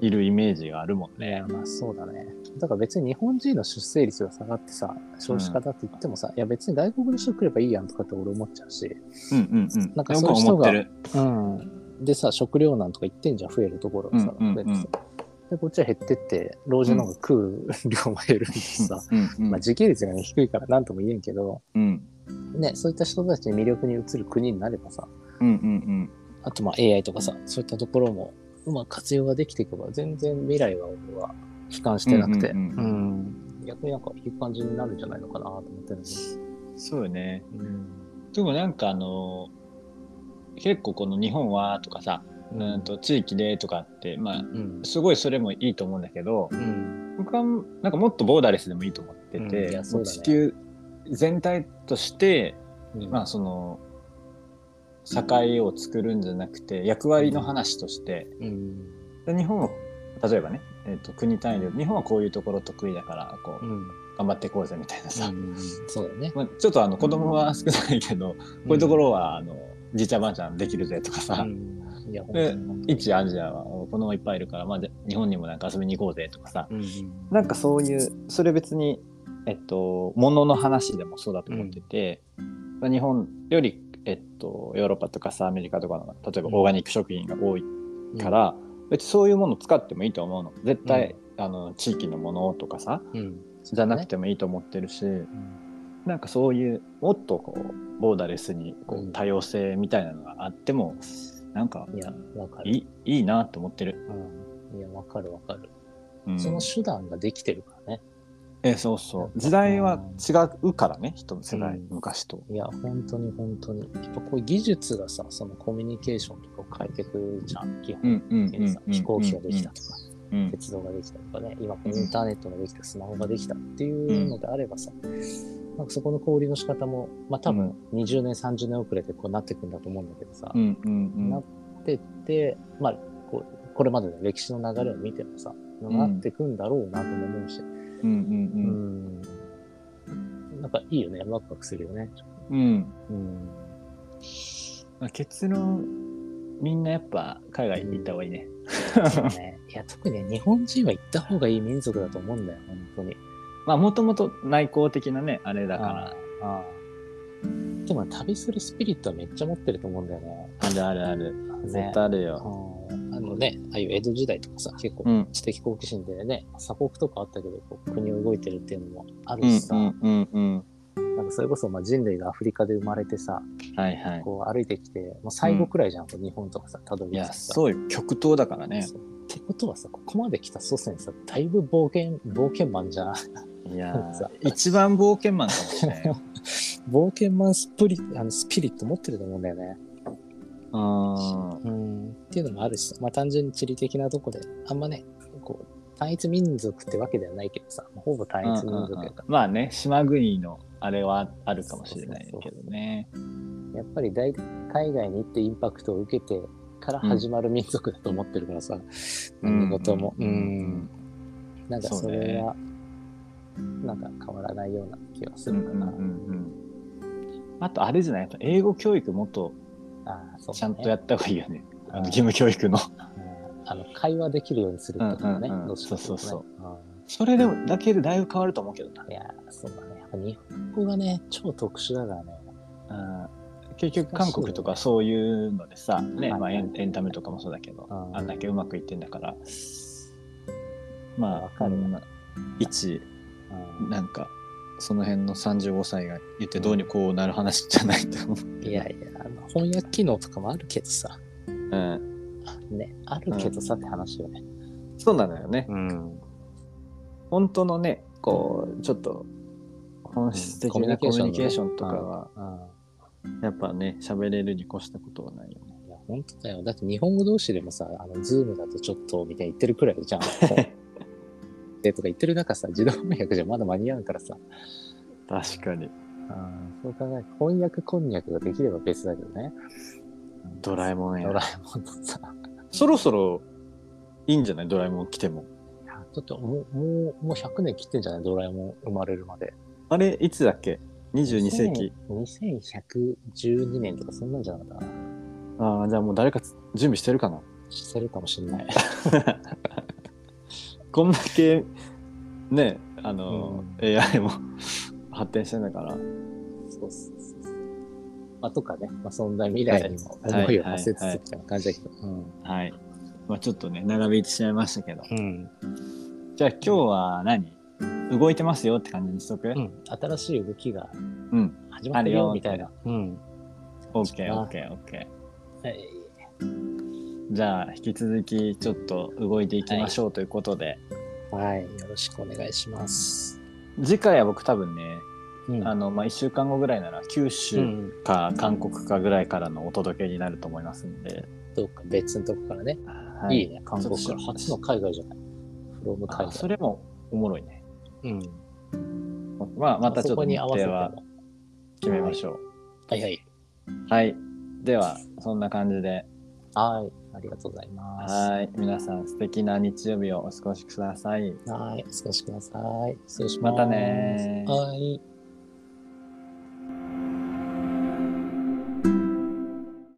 Speaker 1: ういるイメージがあるもんね。
Speaker 2: ねまあそうだね。だから別に日本人の出生率が下がってさ、少子化だって言ってもさ、いや別に外国の人来ればいいやんとかって俺思っちゃうし、
Speaker 1: うんうんうん
Speaker 2: なんか
Speaker 1: 僕
Speaker 2: そう
Speaker 1: は
Speaker 2: いう人
Speaker 1: 思っ
Speaker 2: が
Speaker 1: てる。
Speaker 2: うん。でさ、食糧難とか言ってんじゃん、増えるところがさ、
Speaker 1: うんうんうん
Speaker 2: 増えてさで、こっちは減ってって、老人の方が食う量も減るんでさ、
Speaker 1: うんうん
Speaker 2: まあ時系列がね、低いから何とも言えんけど、
Speaker 1: うん
Speaker 2: ね、そういった人たちに魅力に移る国になればさ、
Speaker 1: うんうん
Speaker 2: あとまあ AI とかさ、そういったところも、うまく活用ができていけば、全然未来は俺は悲観してなくて、
Speaker 1: うんうんう
Speaker 2: 逆になんかいい感じになるんじゃないのかなと思ってるんで。
Speaker 1: うんそうよね。
Speaker 2: うん。
Speaker 1: でもなんかあの結構この「日本は」とかさ「うんと地域で」とかってまあ
Speaker 2: うん。
Speaker 1: すごいそれもいいと思うんだけど
Speaker 2: うん。
Speaker 1: 僕はなんかもっとボーダーレスでもいいと思って
Speaker 2: うんい
Speaker 1: て、
Speaker 2: やそうだね
Speaker 1: 地球全体としてまあその社会を作るんじゃなくて役割の話として、
Speaker 2: うん。
Speaker 1: で日本は例えばね、えー、と国単位で日本はこういうところ得意だからこう
Speaker 2: うん。
Speaker 1: 頑張っていこうぜみたいなさ、
Speaker 2: そうだね。
Speaker 1: まあ、ちょっとあの子供は少ないけど、こういうところはあのじいちゃんばあちゃんできるぜとか
Speaker 2: う
Speaker 1: さ、
Speaker 2: ん。いや、本
Speaker 1: で
Speaker 2: 当に。
Speaker 1: 一アジアは子供いっぱいいるから、まあ、じゃ日本にもなんか遊びに行こうぜとかさ、
Speaker 2: うん。
Speaker 1: なんかそういうそれ別にえっと物の話でもそうだと思ってて、まあ日本よりえっとヨーロッパとかさアメリカとかの例えば
Speaker 2: うん
Speaker 1: オーガニック食品が多いから、別にそういうものを使ってもいいと思うの絶対、あの地域のものとかさ
Speaker 2: うん。
Speaker 1: じゃなくてもいいと思ってるし、
Speaker 2: うん。
Speaker 1: なんかそういうもっとこうボーダーレスにこ
Speaker 2: うん
Speaker 1: う多様性みたいなのがあっても、なんか
Speaker 2: いや、わかる。
Speaker 1: いいいいなと思ってる。
Speaker 2: うん。いや、わかるわかる。
Speaker 1: うん
Speaker 2: その手段ができてるからね。
Speaker 1: えそうそう時代は違うからね人の世代、
Speaker 2: うん
Speaker 1: 昔と。
Speaker 2: いや、本当に本当に。やっぱこういう技術がさ、そのコミュニケーションとかを変えてくるじゃん、基本的にさ。飛行機ができたとか。
Speaker 1: うん
Speaker 2: 鉄道ができたとかね、今こう
Speaker 1: うん
Speaker 2: インターネットができた、スマホができたっていうのであればさ、なんかそこの交流の仕方も、まあ多分20年、30年遅れてこうなってくんだと思うんだけどさ、
Speaker 1: うんうんうん
Speaker 2: なってって、まあこうこれまでの歴史の流れを見てもさ、
Speaker 1: ん
Speaker 2: なってくんだろうなとも思うし、
Speaker 1: うん
Speaker 2: うんなんかいいよね、ワクワクするよね。
Speaker 1: うんうん
Speaker 2: うん、
Speaker 1: まあ結論みんなやっぱ海外行った方がいいね。
Speaker 2: そうね。いや、特にね、日本人は行った方がいい民族だと思うんだよ、本当に。
Speaker 1: まあもともと内向的なねあれだから
Speaker 2: ああでも旅するスピリットはめっちゃ持ってると思うんだよね。
Speaker 1: あるあるある絶対あるよ。
Speaker 2: あのね、ああいう江戸時代とかさ、結
Speaker 1: う
Speaker 2: 構
Speaker 1: ん
Speaker 2: 知的好奇心でね、鎖国とかあったけど、こう国を動いてるっていうのもある
Speaker 1: うん
Speaker 2: しさ、
Speaker 1: うんうん
Speaker 2: なんかそれこそまあ人類がアフリカで生まれてさ、
Speaker 1: はいはい。
Speaker 2: こう歩いてきて、もう最後くらいじゃん、こう日本とかさ、たど
Speaker 1: い
Speaker 2: り着
Speaker 1: や
Speaker 2: くさ。
Speaker 1: そうよ極東だからね
Speaker 2: そ。うってことはさ、ここまで来た祖先さ、だいぶ冒険、冒険マンじゃん。
Speaker 1: いや
Speaker 2: そう
Speaker 1: ー一番冒険マンかもしれないよ。
Speaker 2: 冒険マンスピリあのスピリット持ってると思うんだよね。
Speaker 1: あ
Speaker 2: うん、っていうのもあるし、まあ、単純に地理的なとこで、あんまね、こう、単一民族ってわけではないけどさ、ほぼ単
Speaker 1: ーうん
Speaker 2: 一
Speaker 1: う
Speaker 2: 民
Speaker 1: ん
Speaker 2: 族
Speaker 1: う
Speaker 2: や
Speaker 1: ん
Speaker 2: か
Speaker 1: まあね島国のあれはあるかもしれないけどね。
Speaker 2: ら、やっぱり大海外に行ってインパクトを受けてから始まる民族だと思ってるからさ、何事も。うん。なんかそれは、なんか変わらないような気がす
Speaker 1: う
Speaker 2: る
Speaker 1: ん
Speaker 2: か
Speaker 1: うんう
Speaker 2: な。
Speaker 1: んうんあとあれじゃないやっぱ英語教育もっと
Speaker 2: ああ、そう
Speaker 1: ち
Speaker 2: だ
Speaker 1: ゃ
Speaker 2: ね
Speaker 1: んとやった方がいいよね。あの義務教育の。
Speaker 2: うんあの会話できるようにするってことね。
Speaker 1: うんうんうん
Speaker 2: どっちかっていとね
Speaker 1: そうそう
Speaker 2: うん
Speaker 1: それでもだけでだいぶ変わると思うけどな。
Speaker 2: いやー、そうだね。やっぱ日本語がね、超特殊だからね。
Speaker 1: うん結局韓国とかそういうのでさ、ね
Speaker 2: はい
Speaker 1: まあ、エンエンタメとかもそうだけど、
Speaker 2: うん
Speaker 1: あんだけうまくいってんだからまあ
Speaker 2: わかるわ
Speaker 1: うん一
Speaker 2: うん
Speaker 1: なんかその辺の35歳が言ってどうにこうなる話じゃないと思う、
Speaker 2: いやいや、あの翻訳機能とかもあるけどさ。
Speaker 1: うん、
Speaker 2: ね、あるけどさって話よね。
Speaker 1: そうなのよね
Speaker 2: うん。
Speaker 1: 本当のねこうちょっと本質的なコミ
Speaker 2: コミ
Speaker 1: ュ
Speaker 2: ュ
Speaker 1: ニ
Speaker 2: ニ
Speaker 1: ケ
Speaker 2: ケ
Speaker 1: ー
Speaker 2: ー
Speaker 1: シ
Speaker 2: シ
Speaker 1: ョ
Speaker 2: ョ
Speaker 1: ンとかは
Speaker 2: うん
Speaker 1: やっぱね喋れるに越したことはないよね
Speaker 2: いや、本当だよ。だって日本語同士でもさ、あの、ズームだとちょっと、みたいに言ってるくらい じゃん。で、とか言ってる中さ、自動翻訳じゃまだ間に合うからさ。
Speaker 1: 確かに
Speaker 2: そう考えると翻訳こんにゃくができれば別だけどね。
Speaker 1: ドラえもんや
Speaker 2: ドラえもんとさ、
Speaker 1: そろそろいいんじゃないドラえもん来ても
Speaker 2: いやちょっともう、もう、もう100年切ってんじゃないドラえもん生まれるまで。
Speaker 1: あれいつだっけ22世紀。
Speaker 2: 2112年とかそんなんじゃなかったかな。
Speaker 1: ああじゃあもう誰かつ準備してるかな
Speaker 2: してるかもしんない。
Speaker 1: こんだけねあの、
Speaker 2: う
Speaker 1: AI も 発展してんだから
Speaker 2: そうそうそうそう。まあ、とかね、まあ、そんな未来にも思いを馳せつつみたいな感じだけど。うん。
Speaker 1: はい、まあ、ちょっとね長引いてしまいましたけど
Speaker 2: うん。
Speaker 1: じゃあ今日は何動いてますよって感じにしとくう、
Speaker 2: うんん。新しい動きが
Speaker 1: うん、
Speaker 2: 始まってるよ、みたいな。うん。あ
Speaker 1: OKOKOK
Speaker 2: はい。
Speaker 1: じゃあ引き続きちょっと動いていきましょうということで、
Speaker 2: はい。よろしくお願いします。
Speaker 1: 次回は僕多分ね
Speaker 2: うん
Speaker 1: あの、まあ、1週間後ぐらいなら九
Speaker 2: う
Speaker 1: 州
Speaker 2: ん。
Speaker 1: か韓国かぐらいからのお届けになると思いますんで、
Speaker 2: どうか別のとこからね。
Speaker 1: はい
Speaker 2: いね、韓国から。初の海外じゃない。フロム海
Speaker 1: あ
Speaker 2: 外。
Speaker 1: それもおもろいね。
Speaker 2: うん。
Speaker 1: まあ、またちょっ
Speaker 2: そことに
Speaker 1: 日
Speaker 2: 合わせて
Speaker 1: 程
Speaker 2: も。
Speaker 1: は決めましょ
Speaker 2: はいはい。
Speaker 1: う。はい。では、そんな感じで、
Speaker 2: はい。ありがとうございます。
Speaker 1: はい。皆さん素敵な日曜日をお過ごしください。
Speaker 2: はい。お過ごしください。失礼しま。
Speaker 1: ますたねー
Speaker 2: はい。